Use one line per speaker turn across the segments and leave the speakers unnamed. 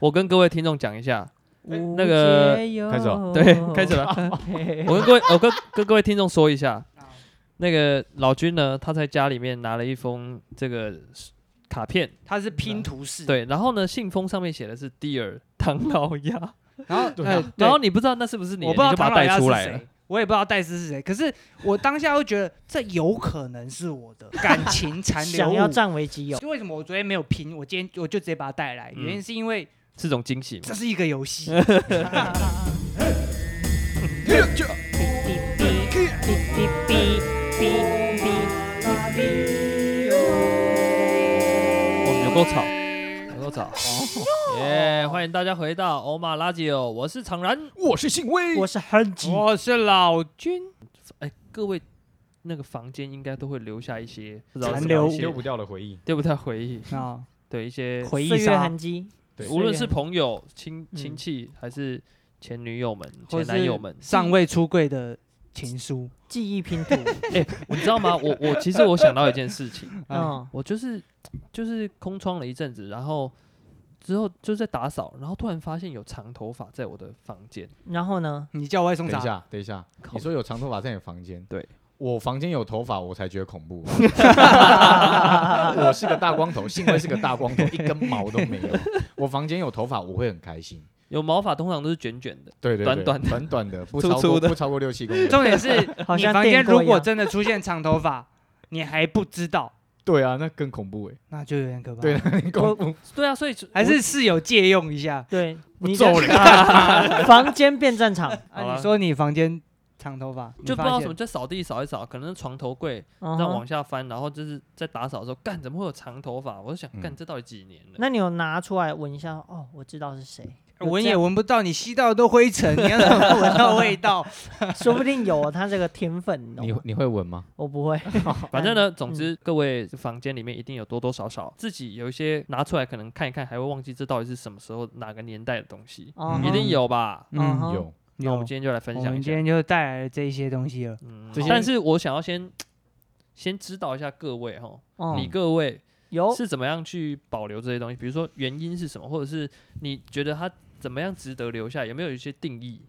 我跟各位听众讲一下，
那
嗯
那个
开
开始 哦
对，开始了。 我跟各位，我跟跟各位听众说一下，那个老君呢，他在家里面拿了一封这个卡片，
它是拼图式，，
嗯对，然后呢，信封上面写的是 “Dear 唐老鸭哎
然后
对啊
呃”，
然
对
后你不知道那是不是你的，
我不知道
你就把
唐
它
老
带
鸭是
出来了
谁。，我也不知道戴斯是谁，可是我当下会觉得这有可能是我 的感情残留
想
物。
要占为己有，
就为什么我昨天没有拼，我今天我就直接把它带来，
嗯
原因是因为
是种惊喜嘛
这是一个游戏。
哦，有够吵，有够吵。
哦
耶、欢迎大家回到欧玛拉吉欧，我是常然。
我是信威
我是很急，
哦
我是老君，
哎，各位，那个房间应该都会留下一些不知道
残
是
留
哪
物
一些
丢不掉的回忆。
对不对？回忆，
啊，
对一些，
回忆
岁月
杀
痕迹，
对
无论是
岁月
朋友、亲
嗯
亲戚、还是前女友们、
或
前
是
男友们，
尚未出柜的情书，
记忆拼图，
你知道吗？我我其实我想到一件事情，
啊，
嗯，
我就是就是空窗了一阵子，然后之后就在打扫，然后突然发现有长头发在我的房间，
然后 呢？
你叫我外送
等一
啥？
下，等一下，
靠
你说有长头发在你房间？
对，
我房间有头发，我才觉得恐怖。我是个大光头，幸亏是个大光头，一根毛都没有。我房间有头发，我会很开心。
有毛发通常都是卷卷的，
对对对，
短短的
短短的，不
粗
超
粗
过
的
不超过六七公分。
重点是
好
你
像
房间
电
如
过一
果
样。
真的出现长头发，你还不知道，
对啊，那更恐怖哎。
那就有点可 怕。
对，，那更恐怖。
对啊，所以
还是室友借用一下。
对，
我
你
揍
的
你
啊 房间变战场，
好
啊，
啊
你说你房间长头发，
就不
你发
知道
现
什么，就扫地扫一扫，可能床头柜
嗯
这样
哼
往下翻，然后就是在打扫的时候，干怎么会有长头发？我就想，干
嗯
这到底几年了？
那你有拿出来闻一下？哦，我知道是谁，有
闻
这
也
样
闻不到，你吸到的都灰 尘，你要怎么闻到味 道？
说不定有他这个甜粉，你懂
你
吗
你会闻吗？
我不会。
反正呢，
嗯
总之各位房间里面一定有多多少少自己有一些拿出来，可能看一看，还会忘记这到底是什么时候哪个年代的东西，
嗯哼，
一定有吧？
嗯哼，
有，
那我们
有
今天就来分
我
享
们
一
今
下。
天就带来了这些东西了。
嗯
这些
但是我想要先先指导一下各位哈，
哦
你各位
有
是怎么样去保留这些东西？比如说原因是什么，或者是你觉得它怎么样值得留下？有没有一些定义？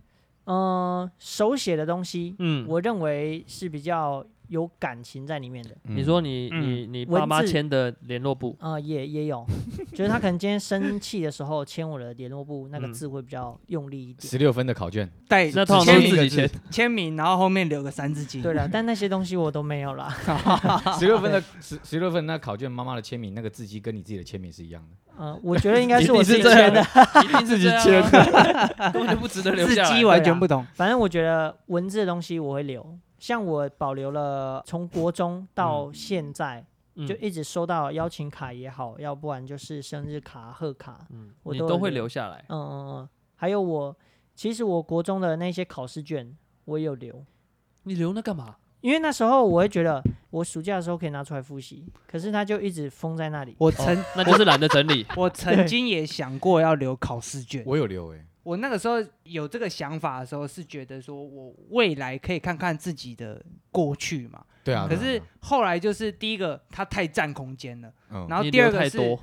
嗯手写的东西，
嗯，
我认为是比较有感情在里面的。
嗯
你说你你你爸妈
嗯文字
签的联络簿，
啊、也也 有，就是他可能今天生气的时候签我的联络簿，那个
嗯
字会比较用力一点。
十六分的考卷，
带
那通常都
签
是自
名
己签，
签名，然后后面留个三字经。
对了，但那些东西我都没有啦。
啊
十六分的十十六分那考卷，妈妈的签名，那个字迹跟你自己的签名是一样的。
嗯、我觉得应该
一
是
定
我
是
自己
这样
签的。
一定是这样啊， 根本就不值得留
字
下
迹
来。
完全不同。
反正我觉得文字的东西我会留，像我保留了从国中到现在，
嗯
就一直收到邀请卡也好，要不然就是生日卡、贺卡，
嗯，
我
你
都
都
有
会
留
留下来。
嗯嗯嗯，还有我其实我国中的那些考试卷我也有留，
你留那干嘛？
因为那时候我会觉得我暑假的时候可以拿出来复习，可是它就一直封在那里。
我曾
那就是懒得整 理。
我曾经也想过要留考试卷。
我有留哎，
我那个时候有这个想法的时候，是觉得说我未来可以看看自己的过去嘛。
对
嗯
啊。
可
对啊
是，后来就是第一个，它太占空间了，
嗯
然后
你
第二
留
个
太
是
多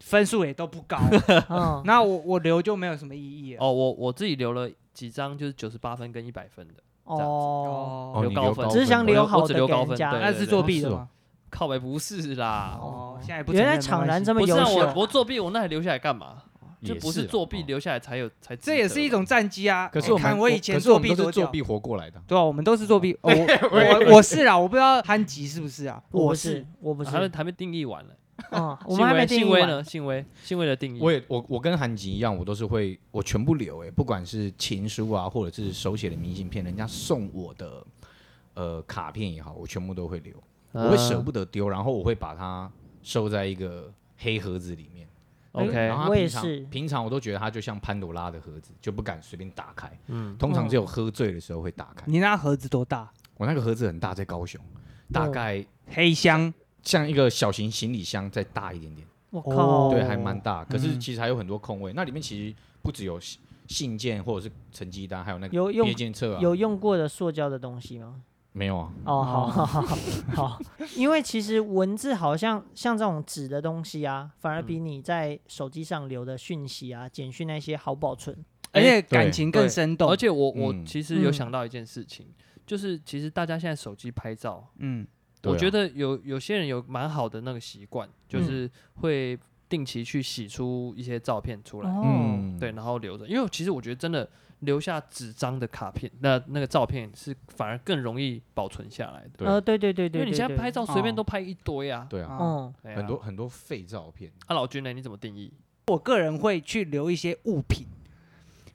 分数也都 不高，
嗯，
那我我留就没有什么意义了。
哦，我我自己留了几张，就是九十八分跟一百分的，
哦，
哦
哦，
留
你
高
留
分，
高
只是
分
想
我
留
有
好
我只
的
留
给
高
人
分
家。
对
那是作弊的
是哦
吗？
靠北不是啦，
哦
哦，
现在不承
原
认
来
没
厂
关
然
系
这么
不是
优
啊，
秀
我，我作弊，我那还留下来干嘛？就不是作弊。
也啦哦
留下来才有才值
这也
得
是一
嘛
种战绩啊。
可是
你
我
看
们
我
我
以前
可是我
作
们
弊
都
多
是作
屌
弊活过来的。
对啊，我们都是作 弊。哦、我我我是啊，我不知道憨吉是不是啊？
我不
是
是，我不
还没
是，
还没定义完呢。
嗯，我
信
们还没
威
定
信
义
威
完。
呢？信威信威的
嗯
定义，
我也我我跟韩吉一样，我都是会我全部留哎、不管是情书啊，或者是手写的明信片，人家送我的呃卡片也好，我全部都会留，
啊
我会舍不得丢，然后我会把它收在一个黑盒子里面。
嗯 OK
然后它
我也
平常
是
平常我都觉得它就像潘多拉的盒子，就不敢随便打开。
嗯
通常只有喝醉的时候会打开。
你那盒子多大？
我那个盒子很大，在高雄，大概
黑箱
像一个小型行李箱再大一点点。
我
哦
靠，
对，还蛮大。可是
嗯
其实还有很多空位，那里面其实不只有信信件或者是成绩单，还有那个
有
毕
用
业检测啊。
有用过的塑胶的东西吗？
没有啊，
哦，好好好好，好因为其实文字好像像这种纸的东西啊，反而比你在手机上留的讯息啊、简讯那些好保存。
而且感
哎对
情更
对
生动
而。且我我
嗯
其实有
嗯
想到一件事情，就是其实大家现在手机拍照，
嗯，
我觉
得
得有有些人有蛮好的那个习惯，就
嗯
是会定期去洗出一些照片出来，
哦，
嗯
对，然后留着。因为其实我觉得真的留下纸张的卡片，那那个照片是反而更容易保存下来的。
对
呃，对对对
因
对，
为你现在
对
拍，照随便
哦
都拍一堆啊，
对啊，
哦，
嗯，
对啊
很多。很多废照片，
啊，老君呢？你怎么定义？
我个人会去留一些物品，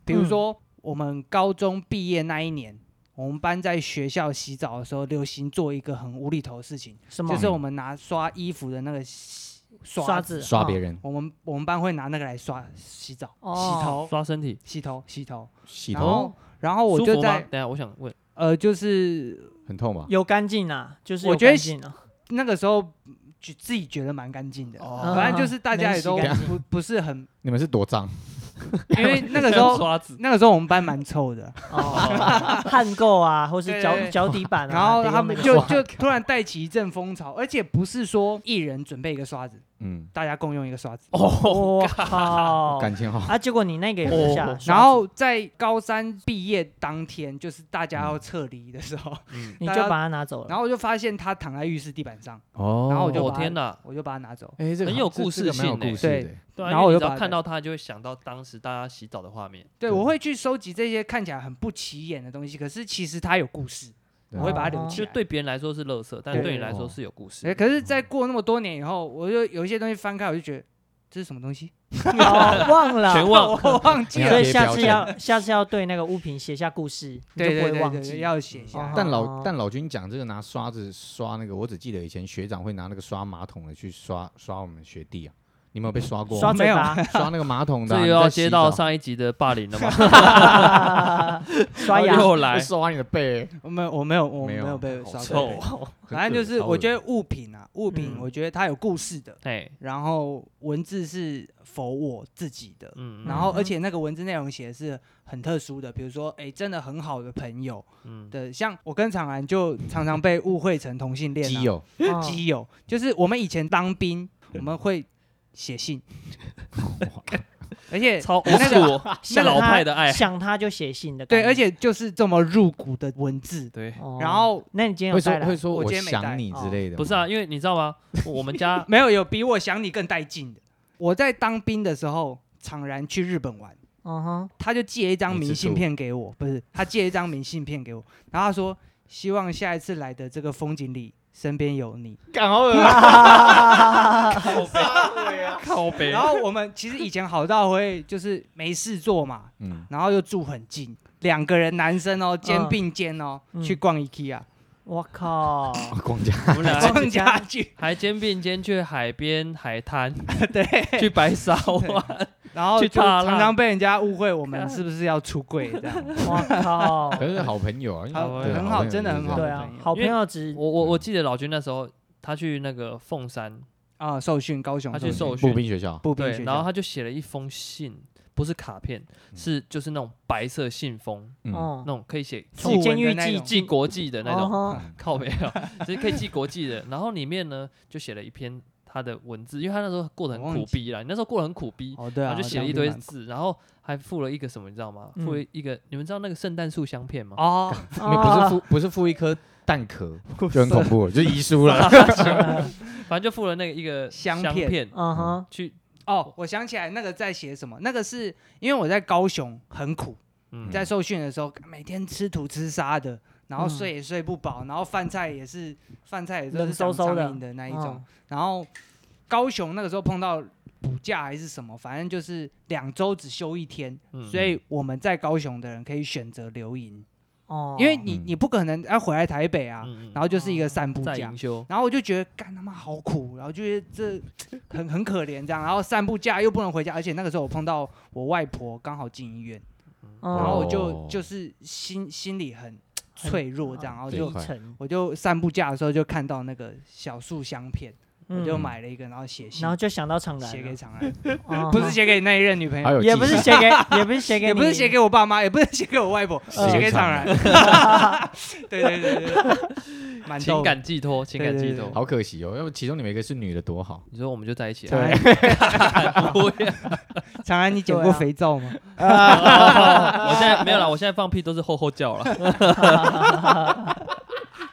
比如
嗯
说我们高中毕业那一年，我们班在学校洗澡的时候，流行做一个很无厘头的事情，
什么
就是我们拿刷衣服的那个洗
刷
刷
子嗯
刷别
人
人
我们我们班会拿那个来刷洗澡、洗
哦
头、
刷身体，
洗头、洗头。
洗
然后
头
然后我
舒服吗？
就在
等一下我想问，
呃，就是
很痛吧？
有干净啊，就是
我
有
觉得
干净啊，
那个时候就自己觉得蛮干净的，
哦
反正就是大家也都
没洗干净
不不是 很，
你们是多脏？
因为那个时候
刷 子，
那个时候我们班蛮臭的，
哦，汗垢 啊，或是
对
脚
对对
脚底板啊，
然后
得用
他们
那个
就
刷
就突然带起一阵风潮，而且不是说一人准备一个刷子，
嗯，
大家共用一个刷子。 哦
我靠
感 情好，
啊！结果你那个也留下
哦
了，刷
然
子
后在高三毕业当天，就是大家要撤离的时候，
嗯，
你
大
就
家
把它拿走了
然。后我就发现他躺在浴室地板上，
哦
然后我就
我
把它
天哪，
我就把他拿走。
哎，这个
很
好
有
这
故
这
事
个蛮有
性欸
故事
对
的欸
对啊，
然后我
因为你只
就
要
把哦
看到他，就会想到当时大家洗澡的画面。
对，
对
我会去收集这些看起来很不起眼的东西，可是其实它有故事，
对啊
我会把它留起
就
哦
来。
对别人来说是垃圾，但
对
对你来说
哦
是有故事
哎，
的。
可是，在过那么多年以后，我就有一些东西翻开，我就觉得这是什么东西，
哦，忘了，
全忘
我忘记
你要
所
了
以。
贴
下
标
次
签
要下次要对那个物品写下故事，你就
对
不
对
会
对
忘
对
记
对，。要写下来。
哦
但
哦
老但老君讲这个拿刷子刷那个，我只记得以前学长会拿那个刷马桶的去刷刷我们学弟啊，你们有被刷过
刷
吗？
嘴巴，
刷那个马桶
这
的啊，
又
你
要
在洗
接到
澡
上一集的霸凌了吗？
刷 牙，
哦
又来
会，刷你的背欸，
我没有，我没有，我
没
没
有
有被
好
刷
臭
过。反正就是，我觉
得
得物品啊，物品，
嗯
我觉得它有故事的，
哎，
然后文字是否我自己的，
嗯，
然后
嗯
而且那个文字内容写的是很特殊的，比如说，哎，真的很好的朋友
嗯，
的，像我跟常然就常常被误会成同性恋啊
基友
嗯
基友，就是我们以前当兵，我们会写 信，而且
超
那个
酷哦，
想
老
他
派的
哎
爱，
想他就写信的概
对，
念。
而且就是这么入骨的文字，
对，
哦，
然后
那你今天有
会
带
说
来
会说
我今天没带
想你之类的，
不是啊，，因为你知道吗？我我们 家
没有有比我想你更带劲的。我在当兵的时候，常然去日本玩，
嗯哼，
他就寄了一张
你吃
明信
醋
片给我，不是他寄了一张明信片给我，然后他说希望下一次来的这个风景里身边有你。
干好恶
靠背，靠背
然，后我们其实以前好到会就是没事做嘛，
嗯，
然后又住很近，两个人男生哦肩并肩哦、
嗯
去逛 IKEA，、
我靠，
逛家
我们 俩还
逛家具，
还肩并肩去海边海滩，对，去白沙湾，
然后
去
就
踏
常
浪
常被人家误会我们 是不是要出柜这样，
我 靠，
可是好朋友啊，因为
好
对
很
好
好，
朋友
真的很好
就是这
的
对
样
啊
朋，友
好朋友只
我我我记得老君那时候他去那个凤山，
啊，受训高雄
他去受
训
训
嗯步，兵学校，
步兵
对，
学
然后
校，
他就写了一封信，不是卡片，是就是那种白色信封，
嗯，
那
哦，
种可以写
附
寄
去监
文的
狱
那
寄
种
寄国际的那
哦
种，
吼
嗯
靠没 有，就是可以寄国际的。然后里面呢就写了一篇他的文字，因为他那时候过得很
我忘
苦
记
逼啦，你那时候过得很苦逼，
哦对
然
啊，
后就写了
当
一
兵
堆
蛮
字，然后还附了一个什么，你知道吗？附
嗯
了一个，你们知道那个圣诞树相片吗？
哦，
没不是附不是附一颗蛋壳，就很恐怖了，就遗书了。
反正就附了那个一个
相
片
片
嗯哼，
去，
哦，我想起来那个在写什么，那个是因为我在高雄很苦，
嗯，
在受训的时候每天吃土吃沙的，然后睡也睡不饱，然后饭菜也是饭菜也都是
冷飕
长
飕的
苍蝇的那一种，然后高雄那个时候碰到。补假还是什么，反正就是两周只休一天，
嗯
所以我们在高雄的人可以选择留营，
哦，
因为你
嗯
你不可能要回来台北啊，
嗯嗯
然后就是一个散步
在
假
营，修，
然后我就觉得干他妈好苦，然后就觉得这很很可怜这样，然后散步假又不能回家，而且那个时候我碰到我外婆刚好进医院，
嗯
然后我就、
哦
就是心心里很脆弱这样，然后
对
就
低沉
我就散步假的时候就看到那个小树香片，我
嗯
就买了一个，然后写信
然，后就想到常然
写
了
给，常安，
哦
不是写给那一任女朋
还
友，
有
也不
记
是
性
写给，也不是写给，
也不是写，给我爸妈，也不是写给我外婆，
呃
写给常然。 对对对对对，蛮
情
逗的。
感寄托，情感寄
对对
托
对。
好可惜哦，要不其中你们一个是女的多好。
你说我们就在一起了，哎
对，
不要
长安，你剪过肥皂吗？
我现在没有了，我现在放屁都是吼吼叫了。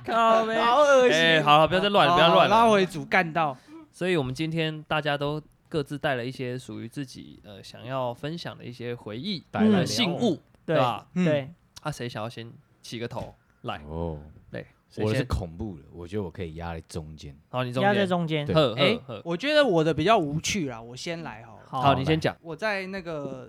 靠呗！
好恶心。
哎，好了，不要再乱了，不要
好
乱
拉
了。
回主干道。
所以我们今天大家都各自带了一些属于自己呃想要分享的一些回忆、
带来
呃
聊
信物，
对
吧？
嗯
对，
啊，谁想要先起个头来？
哦，
哎对，谁
我的是
先？
恐怖的，我觉得我可以压在中间。
好，你中
压在
间。
中间
对。
呵
哎
呵呵，
我觉得我的比较无趣啦，我先来好了。
好，
好，
你先讲。
我在那个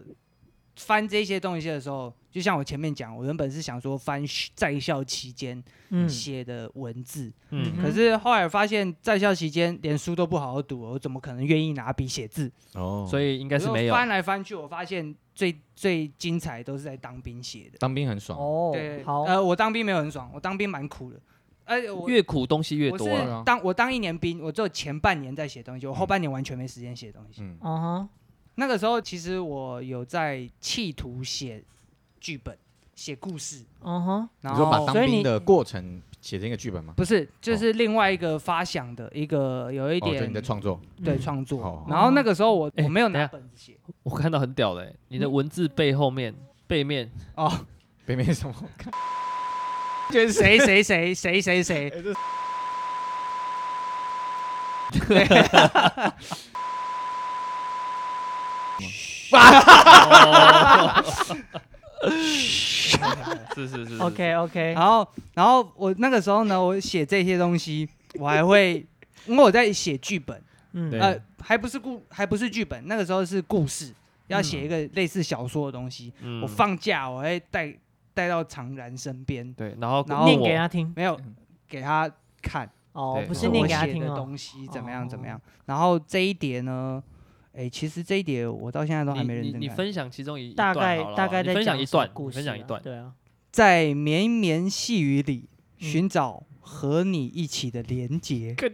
翻这些东西的时候，就像我前面讲，我原本是想说翻在校期间
嗯，
写的文字，
嗯
嗯
可是后来发现在校期间连书都不好好读，我怎么可能愿意拿笔写字？
哦，
所
以
以应该是
我就
没有。
翻来翻去，我发现最最精彩都是在当兵写的。
当兵很爽。
哦
对，，
好，
呃，我当兵没有很爽，我当兵蛮苦的，而且我
越苦东西越
我
多
是
了。
啊
当我当一年兵，我只有前半年在写东西，我后半年完全没时间写东西。
嗯，
嗯
那个时候其实我有在企图写剧本、写故事，
哼，嗯哼，
然
你说把
后
当
所以
兵
你
的过程写成一个剧本吗？
不是就
哦
是另外一个发想的一个有一
哦，就
点
你的创作。
对
嗯
创
哦
作。然后那个时候我
哎
我没有
等一
拿
下
本子写
我看到很屌的欸，你的文字背后面背面
哦，
北 美什么？
就是谁谁谁谁谁谁。对
是是是
OK OK，
然后，然后我那个时候呢，我写这些东西，我还会，因为我在写剧本，
嗯
对
呃，还不是故，还不是剧本，那个时候是故事，要写一个类似小说的东西。
嗯
我放假，我会带带到常然身边，
对，然后
然后
问
念
我
给他听
没有给他看，
哦，
对
不是
说
念
我
给他
写
听
的
哦。
东西怎么样怎么样。然后这一叠呢，哎，其实这一叠我到现在都还
你
没认
你
真
你
看。
分享其中一一
大
段
概
好了
大
好
概
吧你
在
分享
讲
一
什么
段，
故
你
事
分享一
啊
段，
对啊，
在绵绵细雨里
嗯
寻找和你一起的连结，
哦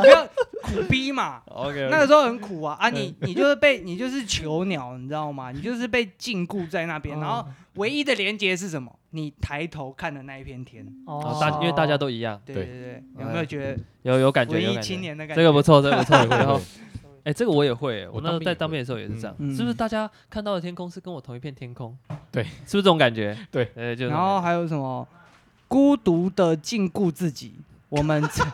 不要苦逼嘛。
OK，
那个时候很苦啊啊你！
嗯
你就是被你就是囚鸟，你知道吗？你就是被禁锢在那边，然
哦
后唯一的连接是什么？你抬头看的那一片天。
哦
好，大因为大家都一样，
对
对
对对，有没有觉得
有有哎感觉，
文
有
艺
感
青
觉，
年的感觉？
这个不错， 这个不错。
对
然后
对
哎，这个我也会，
我
我那时候
当兵
在
也
当
会
兵的时候也是这样，
嗯
是不是大家看到的天空是跟我同一片天空？
对
是不是这种感觉？
对
呃，就是这
然
种
后
感觉
还有什么？孤独的禁锢自己，我们 曾。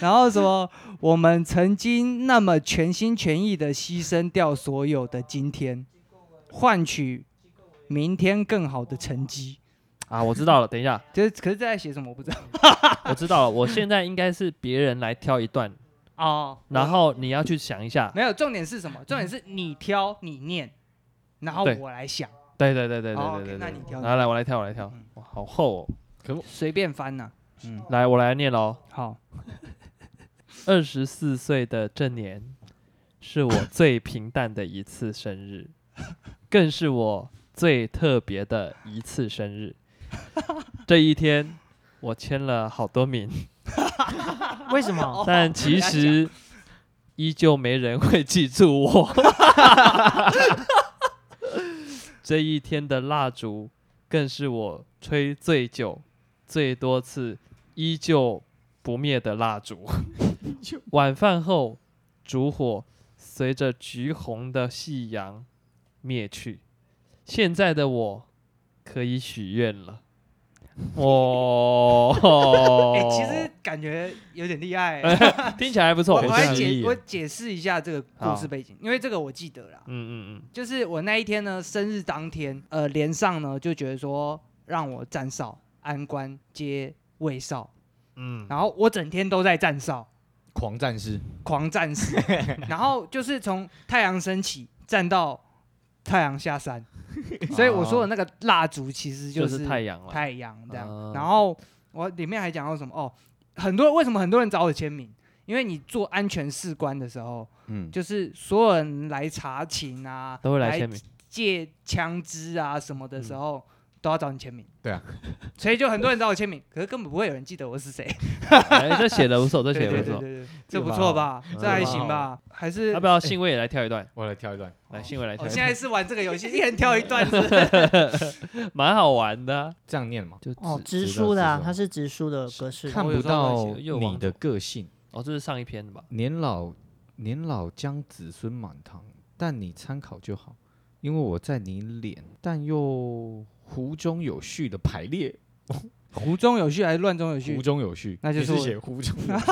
然后什么？我们曾经那么全心全意的牺牲掉所有的今天，换取明天更好的成绩。
啊，我知道了，等一下，
就是，可是这在写什么我不知道。
我知道了，我现在应该是别人来挑一 段，
哦，
然后你要去想一下，
没有重点是什么？重点是你挑你念，然后
对
我来想，
对对对对
哦
对对
，OK，
对
那
对
你挑
来来，我来跳，我来跳
嗯，
哇，好厚哦。
随便翻呐、嗯，
来，我来念喽。
好，
二十四岁的这年，是我最平淡的一次生日，更是我最特别的一次生日。这一天，我签了好多名，
为什么？
哦
但
不
其
要讲
实依旧没人会记住我。 这一天的蜡烛，更是我吹最久、最多次，依旧不灭的蜡 烛。 晚饭后，烛火随着橘红的夕阳灭去。现在的我可以许愿 了。哦，
哎、其实感觉有点厉 害、欸。
听起来还不错，
我
我
我
现
来
在
解我解释一下这个故事背景，因为这个我记得啦。
嗯嗯
就是我那一天呢，生日当天，呃，连上呢就觉得说让我站哨、安官、接卫哨，
嗯嗯，
然后我整天都在站哨，
狂战士，
狂 战士，然后就是从太阳升起站到太阳 下山，所以我说的那个蜡烛其实
哦就是是太阳了，
太阳这样
啊。
然后我里面还讲到什么哦，很多为什么很多人找我签名？因为你做安全士官的时候，
嗯，
就是所有人来查寝啊，
都会来签名，嗯
借枪支啊什么的时候，都要找你签名。
对啊，
所以就很多人找我签名，可是根本不会有人记得我是 谁。
哎，这写的不错，这
对
写的
对 对
不
对
错。
对，这不错吧？这还行吧？还是
嗯要不要信卫也来跳一段？
我来挑一段，
来，信卫来跳
我
一
哦现
段，
在是玩这个游戏，一人挑一段子。
蛮好玩的啊。
这样念嘛，
就
哦，
只
直书的啊
直，的
它是直书的格式。哦
看
我有
不
时候会
到
写右往
你的个性。
哦，这是上一篇 的吧？
年老年老将子孙满堂，但你参考就好，因为我在你脸，但又湖中有序的排列，
湖中有序还是乱中有序
湖？中有序，
那就是
你
我
写湖中有序，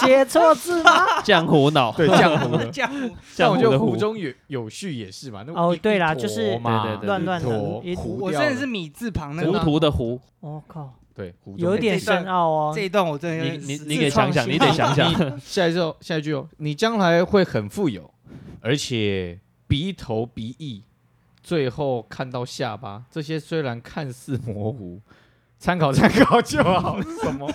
写错字吗？
。
浆糊脑，
对，浆糊的
这 样
但我
浆糊
觉得
的
湖
糊。
中有有序也是嘛，那
哦
一
对
一
啦
坨
就是
嘛
对对对
乱乱的
一坨
一
糊
我
掉
真的
了
是米字旁那
糊
个。
涂的糊，
我靠，
对，湖中
有一点
这段
深奥哦
这。一段我真的有
你
点
你
失
你给
自创
想想，
新
你得想想，
下一句哦，下一句哦，你将来会很富有，而且鼻头鼻翼，最后看到下巴，这些虽然看似模糊，参考 参考就好。什么？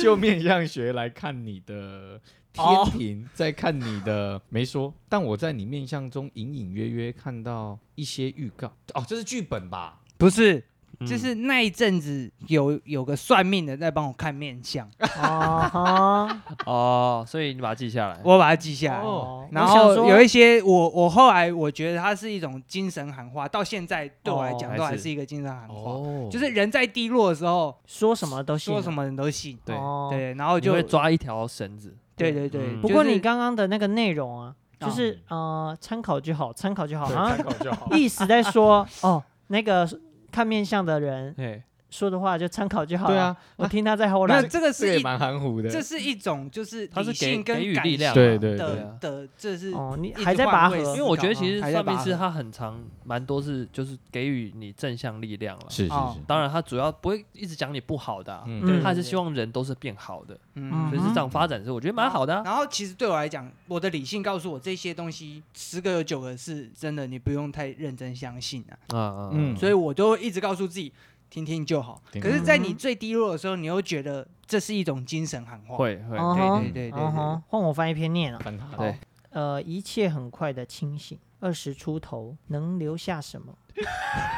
就面相学来看你的天
哦
平，再看你的没说，但我在你面相中隐隐约约看到一些预告。哦，这是剧本吧？
不是，
嗯
就是那一阵子有有个算命的在帮我看面相，
哦哈，
哦，所以你把它记下来。
我把它记下来。
哦
然
我想
后
说
有一些我我后来我觉得它是一种精神喊话，到现在对我来
哦
讲都还
还是
是一个精神喊话，
哦
就是人在低落的时候
说什么都行，啊
说什么人都信，
对
哦。
对，然后
你
就
会抓一条绳子，
对对对。
嗯
不过你刚刚的那个内容啊，
哦
就是呃，参考就好，参考就好，
对
好
啊
像
考就好
意思在说哦，那个看面相的人
对，
说的话就参考就好。
对啊，
我听他在后
那
来
这个
这 个
是
也
一
蛮含糊的。
这是一种就是
它是
理
给
性
给
跟
予
感
力
性
量嘛，
对对
对
的
啊
的，这是
哦，你
一直
还在拔
换位
河
因为我觉得其
思
实
考啊
算命
还
师
在拔河
他很常蛮多是就是给予你正向力量了。
是是
哦
是，
当然，他主要不会一直讲你不好的啊、
嗯
对
他还是
对
希望人都是变好的，
嗯
所以是这样发展，是我觉得蛮好的啊、
然后其实对我来讲，我的理性告诉我这些东西十个有九个是真的，你不用太认真相信啊。
啊。啊
嗯
所以我都一直告诉自己听听就好。
听
可是，在你最低落的时候，你又觉得这是一种精神喊话。，
会会，
哦
对对对对
嗯
对
哼，换我翻一篇念啊。
翻他
对，
呃，一切很快的清醒，二十出头能留下什么？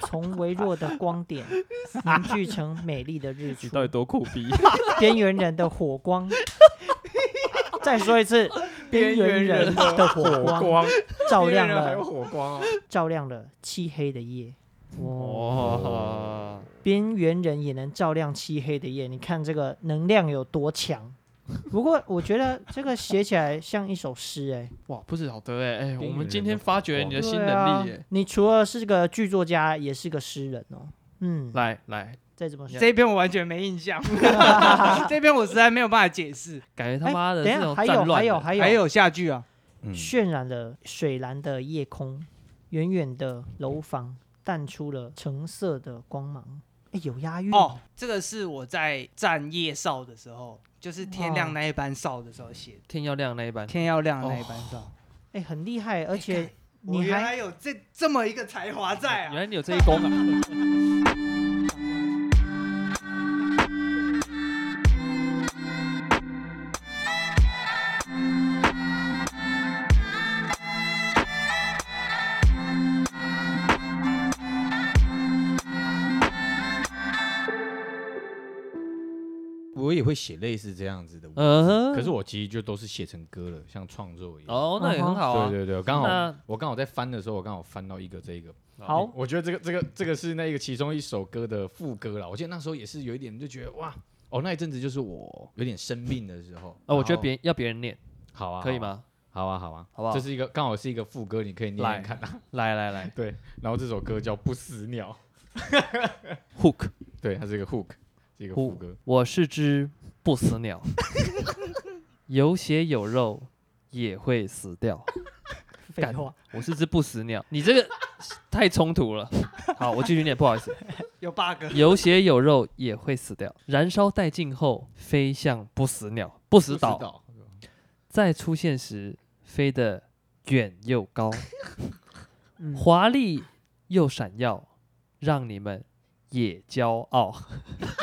从微弱的光点凝聚成美丽的日出，
多酷逼？
边缘人的火光。再说一次，边缘人的火光
光，
照亮
边缘人还有
了
火光哦。
照亮了漆黑的夜。哦，
哦，
边缘人也能照亮漆黑的夜，你看这个能量有多强。不过我觉得这个写起来像一首诗哎、
哇，不晓得哎哎，
边
我
缘
们今
人
天
的
发
火
掘
光
你的新
对
能力
啊
耶！。
你除了是个剧作家，也是个诗人哦。嗯，
来来，
再怎么 说，
这一篇我完全没印 象，啊这篇我实在没有办法解释。
感觉他
哎
妈的
等一
这
下
种
还
战
有还
乱
有
的，
还有
还有下句啊，
嗯
渲染了水蓝的夜空，远远的楼房淡出了橙色的光芒。哎，有押韵
哦，这个是我在站夜哨的时候，就是天
哦
亮那一班哨的时候写的。
天要亮那一班，
天要亮那一班哨，
哎，很厉害，而且
哦我
你
原
还
来有这这么一个才华在
原
啊！
来你有这一功啊！
我也会写类似这样子的文字，
嗯哼
可是我其实就都是写成歌了，像创作一样。
哦，那也很好啊。
嗯
对对对，刚好
那
我刚好在翻的时候，我刚好翻到一个这个，
好
我觉得这个这个这个是那个其中一首歌的副歌啦。我记得那时候也是有一点就觉得哇，哦那一阵子就是我有点生病的时候。
啊，我觉
然
得
后
别人要别人念
好啊，
可以
好啊？
吗？
好啊好啊，
好不好
这是一个刚好是一个副歌，你可以念
来
念看啊。
来来来
对，然后这首歌叫《不死鸟》，
，hook，
对，它是一个 hook，是一个副歌。
我是只不死 鸟，有血有肉也会死掉。
废
干
话，
我是只不死鸟，你这个太冲突了。好，我继续念，不好意思。
有 bug，
有血有肉也会死掉，燃烧殆尽后飞向不死鸟，不死岛。
岛，
再出现时，飞得远又高，
嗯
华丽又闪耀，让你们也骄傲。，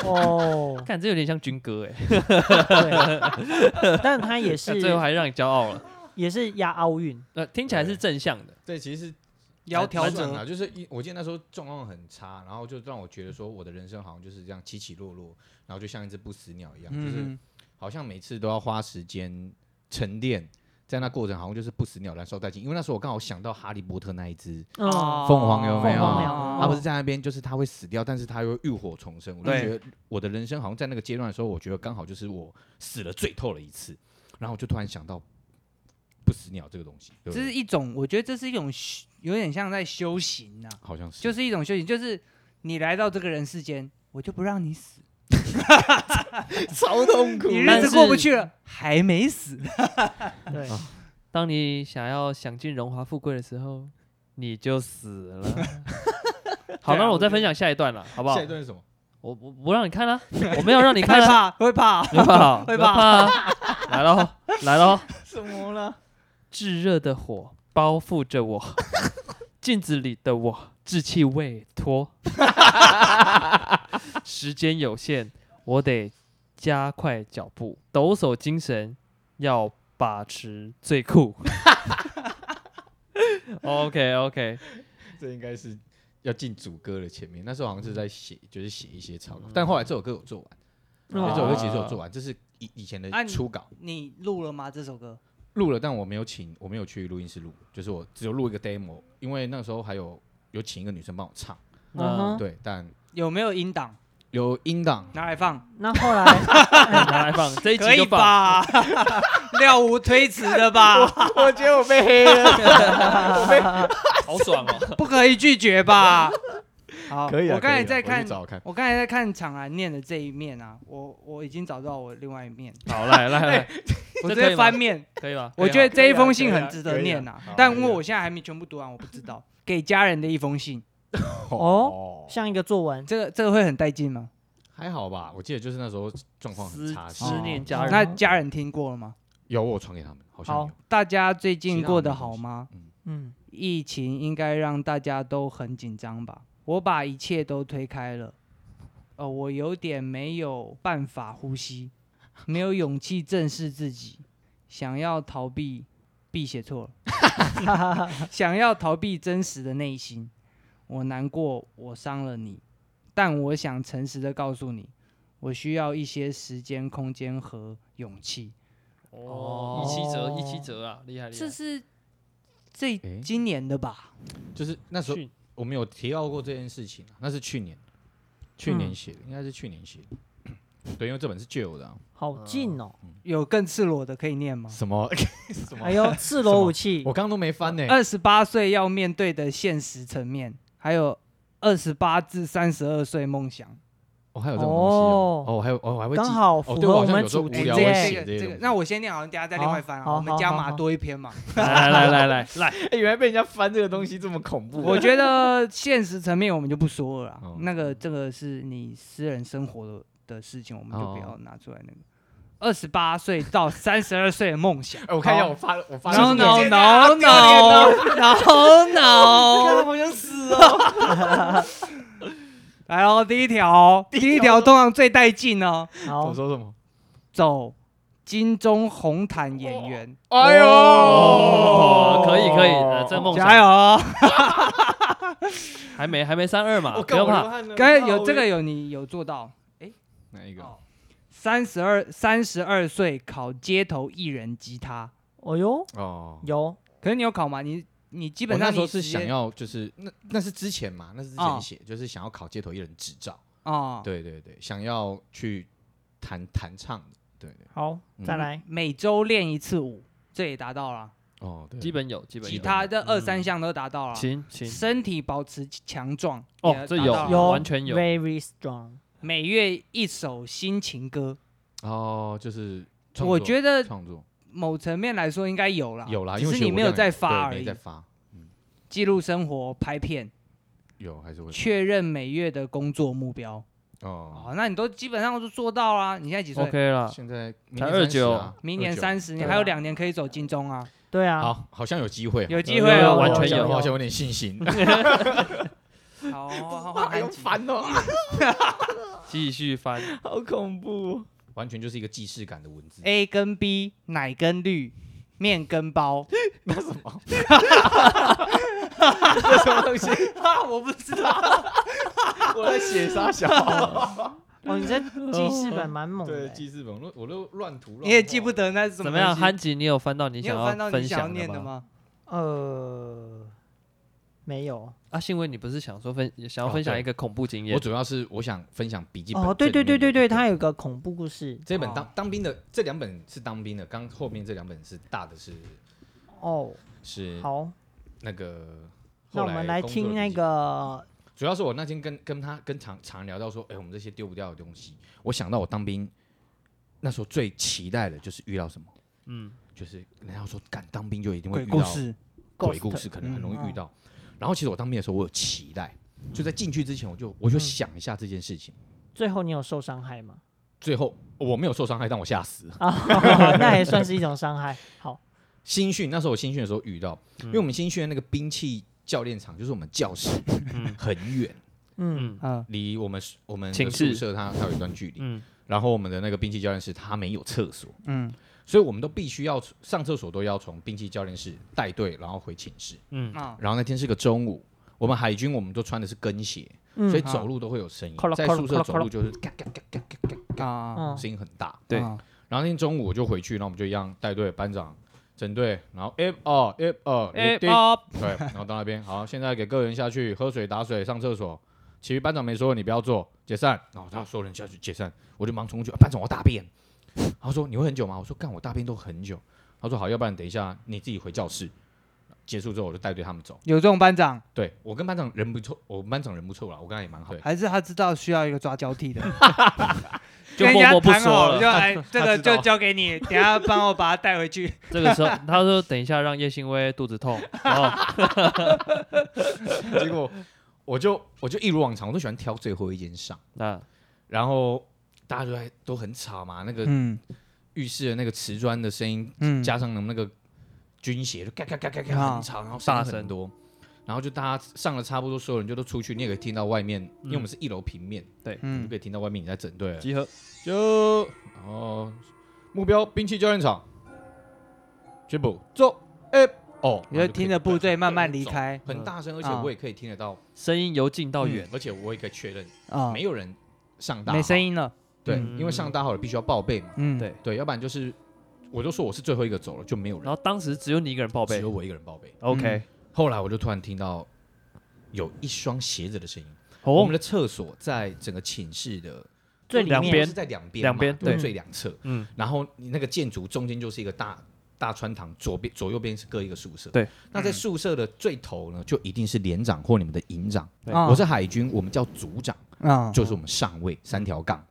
哦
看，这有点像军歌哎，
对，但他也是
最后还让你骄傲了。
也是押奥运，
呃，听起来是正向的，
对，其实是
窈窕
整
者
啊，就是一我记得那时候状况很差，然后就让我觉得说我的人生好像就是这样起起落落，然后就像一只不死鸟一样，就是
嗯，
好像每次都要花时间沉淀，在那过程好像就是不死鸟燃烧殆尽。因为那时候我刚好想到哈利波特那一只，
哦，
凤凰有啊
没有凤凰
哦
它不是在那边就是它会死掉，但是它又浴火重生。我就
对
觉得我的人生好像在那个阶段的时候，我觉得刚好就是我死了最透了一次，然后我就突然想到不死鸟这个东西，对不
这是
对？
一种，我觉得这是一种修有点像在修行啊呐、
好像 是，
就是一种修行，就是你来到这个人世间，我就不让你死，
超痛苦
你日
但
子过不
是
去了，还没死，
嗯对，
当你想要享尽荣华富贵的时候，你就死了。好，
对啊
那我
我
再
觉
分享下一段了，好不好
下一？段是什么？
我我不让你看了，我没有让你看
害
啊，
怕 会怕
没怕，
会
没怕啊，来喽，来喽。
什么了？
炙热的火包覆着我， 镜子里的我稚气未脱。 时间有限，我得加快脚步，抖擞精神，要把持最酷。OK OK，
这应该是要进主歌的前面。那时候好像是在写，就是写一些
嗯
草稿，但后来这首歌有做完，
哦
嗯
对这首
我会
歌其
解
实
释
有做完，这是以以前的
啊你
初稿
你录了吗？这首歌？
录了，但我没有请，我没有去录音室录，就是我只有录一个 demo，因为那时候还有有请一个女生帮我唱，
嗯
嗯
哼，
对，但
有没有音档
有音档。
拿来放？
那后来
哎拿来 放这一
可
集
以
就放。
吧？料无推辞的吧？
我觉得我被黑了，
好爽哦！
不可以拒绝吧？好，
可以啊。
我刚才
可以啊
在
我去
看，
找看，
我刚才在看场安念的这一面啊，我我已经找到我另外一面，
好，来来来，
我
这
直
可以
接
吗
翻面，
可以吧？
我觉得
得
这一封信很值得念
可
啊
以啊可以啊可以啊，
但
好
因为我现在还没全部读完，我不知道。给家人的一封信，
哦，像一个作文，
这个这个会很带劲吗？
还好吧。我记得就是那时候状况很
思
差，
思
是
念家人
那家人听过了吗？
有我传给他们，好像
好
有。
大家最近过得好吗？
嗯，
疫情应该让大家都很紧张吧？我把一切都推开了，呃，我有点没有办法呼吸，没有勇气正视自己，想要逃避，B 写错了。 想要逃避真实的内心，我难过，我伤了你，但我想诚实的告诉你，我需要一些时间、空间和勇气。
哦，一七折一七折啊，厉害厉害
这！是这
诶
今年的吧？
就是那时候
去
我们有提到过这件事情、啊，那是去年，去年
嗯
写的，应该是去年写的。 对，因为这本是旧的、啊，
好近 哦，
有更赤裸的可以念吗？
什么什
哎
么，
呦，赤裸武器
我，刚刚都没翻呢、
二十八岁要面对的现实层面，还有二十八至三十二岁梦想。
我、还有这种东西哦、
哦
哦，我还有哦，我还会记
刚好符
哦，对
合
我好
我
像
们
有时候
主
无
题
聊
哎这
会
个
耶。
写这
这
些
个
东，西
那我先念好，大家再另外翻啊。
好
我们加
哦好好
码
好
多一 篇嘛。
来来来来来，
哎原来被人家翻这个东西这么恐怖
我觉得现实层面我们就不说了啦，
哦
那个这个是你私人生活的的事情，我们就
哦
不要拿出来那个。二十八岁到三十二岁的梦
，
想
哎，我看一下我发我发
No
的
no no no no no！好想死哦！来哦，第一条 哦，第一条通常最带劲哦，
我
好，
说什么？
走金钟红毯演员，
哎呦，
哦，可以可以，呃，这梦想
加油 哦！
还没还没三二嘛，
我
不
哦
要
够
怕。
了
刚才有这个有你有做到，
哪一个？
哦三十二三十二岁考街头艺人吉他，
哦呦，
哦，
有
可是你有考吗？你你基
我
本上
那
你
时候是想
直接
要，就是那那是之前嘛，那是之
哦
前写，就是想要考街头艺人执照。
哦，
对对对，想要去弹弹唱的，对对，
好，
嗯
再来，
每周练一次舞，这也达到了，
哦，对
基本有，基本
其
有。
他的二三
嗯
项都达到了，
行行，
身体保持强壮
哦
也，
这
达
有
啊
到了
有
完全有。
very strong，
每月一首新情歌，
哦，就是创
我
作
觉得
创作
某层面来说应该有啦，
有啦，因
只
为
是
其实
你
我
没有
这两
在
年
发
对
而
没
已
在，发，
记录生活拍片，
有还是会
确认每月的工作目标，
哦。
哦，那你都基本上都做到啦，你现在几岁？
OK 了，
现在明
才
年30
29
啊
明年
29
三十，你
对
还
啊
有两年可以走金钟啊！
对啊，
好，好像有机会，
有机
有
会
有
哦，
完全
有，
有
好像有点信心。
好，好好好，
烦哦，
继续翻。
好恐怖，
哎
完全就是一个既视感的文字。
A 跟 B 奶跟绿，面跟包，
那什 么？
这什么东西？我不知道。
我在写啥 小？
哦， 你这记事本蛮猛的
对，
欸，
记事本，我我都乱涂乱 画。
你也记不得那是什
怎
么
么样，
东西
憨吉？你有翻到你
你
想
有翻到
分
你想要
享
念
的
的？吗？
呃，没有。
啊，新闻你不是想说分想要
哦
分享
对
一个恐怖经验
我？主要是我想分享笔记本。
哦，对对对对对，它有个恐怖故事。
这本
哦
当当兵的这两本是当兵的，刚后面这两本是大的是
哦，
是
好，
那个。
那我们来
工作的
听那
笔记
个
主要是我那天跟跟他跟常常聊到说，哎、我们这些丢不掉的东西，我想到我当兵那时候最期待的就是遇到什么，
嗯，
就是人家说干当兵就一定
鬼
会遇
故
到
事，
鬼
Ghost
故事，可能很容易
嗯
遇到。然后其实我当兵的时候，我有期待，就在进去之前，我就
嗯
我就想一下这件事情。
最后你有受伤害 吗？
最后我没有受伤害，但我吓死了。
啊，那也算是一种伤害。好，
新训那时候我新训的时候遇到，因为我们新训的那个兵器教练场就是我们教室 很远，
嗯，
嗯
嗯，
离我们我们
寝
的
室
宿舍它它有一段距离。
嗯
然后我们的那个兵器教练室它没有厕所，
嗯，
所以我们都必须要上厕所都要从兵器教练室带队，然后回寝室。
嗯
啊，
然后那天是个中午，我们海军我们都穿的是跟鞋，
嗯
所以走路都会有声音
咔啦，
在
咔啦咔
宿舍
啦
走
咔啦
路就是嘎嘎嘎嘎嘎嘎嘎，
啊，
嗯
声音很大。
对
啊
然后那天中午我就回去，然后我们就一样带队班长。整队，然后哎哦哎哦哎对，然后到那边好，现在给各人下去喝水、打水、上厕所。其余班长没说，你不要做，解散。然后他说人下去解散，我就忙冲过去、啊班长我要大便。他说你会很久吗？我说干，我大便都很久。他说好，要不然等一下你自己回教室。结束之后我就带队他们走。
有这种班长，
对我跟班长人不错，我们班长人不错啦，我跟他也蛮好。对，
还是他知道需要一个抓交替的，
就
跟人
默
家
默不
谈好
说
就
了。
哎，这
他
个
知道
就交给你，等一下帮我把他带回去。
这个时候 他说等一下让叶欣薇肚子 痛，然后
结果我就我就一如往常，我都喜欢挑最后一间上。
那
然后大家都在都很吵嘛，那个
嗯
浴室的那个瓷砖的声音，
嗯
加上那个军鞋，就嘎嘎嘎嘎
啊
嘎很吵，然后
大
声音
声
很多。然后就大家上了差不多，所有人就都出去，你也可以听到外面，因为我们是一楼平面，你就
嗯
可以听到外面你在整队了。
集合
就哦，目标兵器教练场，全部走，哎、哦，
你就听着部队慢慢离开
很大声，而且
啊
我也可以听得到，
声音由近到远，
而且我也可以确认
啊，
没有人上大，
没声
音，
音了，
对，
嗯
因为上大号了必须要报备嘛，
嗯，
对
对，要不然就是我就说我是最后一个走了，就没有
嗯
人
然，后当时只有你一个人报
只
备
有我一个人报备。
，OK，
后来我就突然听到有一双鞋子的声音，我
哦
们，的厕所在整个寝室的
最里
两
面
边
是在两边嘛，
两边
对，
对
最两侧。
嗯
嗯，然后你那个建筑中间就是一个大大穿堂，左边左右边是各一个宿舍。
对，
那在宿舍的最头呢，就一定是连长或你们的营长。
对
啊
我是海军，我们叫组长，
啊，
就是我们上尉，三条杠。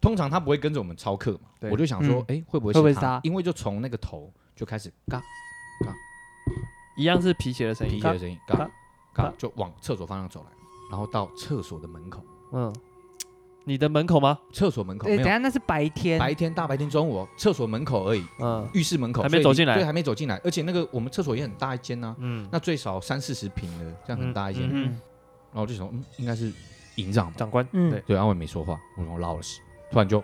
通常他不会跟着我们操课嘛，
对
我就想说，哎、会不会
会不会
是
是他
因为就从那个头就开始嘎
一样是皮鞋的声
皮
音
鞋，的声音，嘎
嘎
嘎
嘎
就往厕所方向走来，然后到厕所的门口，
嗯，你的门口吗？
厕所门口
哎，等
没
一
有
下那是白天，
白天大白天中午哦厕所门口而已，
嗯
浴室门口
还没
所以
走进来
对，还没走进来，而且那个我们厕所也很大一间呢、
嗯，
那最少三四十平的，这样很大一间。
嗯
嗯，
然后我就想，嗯，应该是营长吧，
长官，
嗯
对，
对，然后我也没说话，我然后拉我的屎，突然就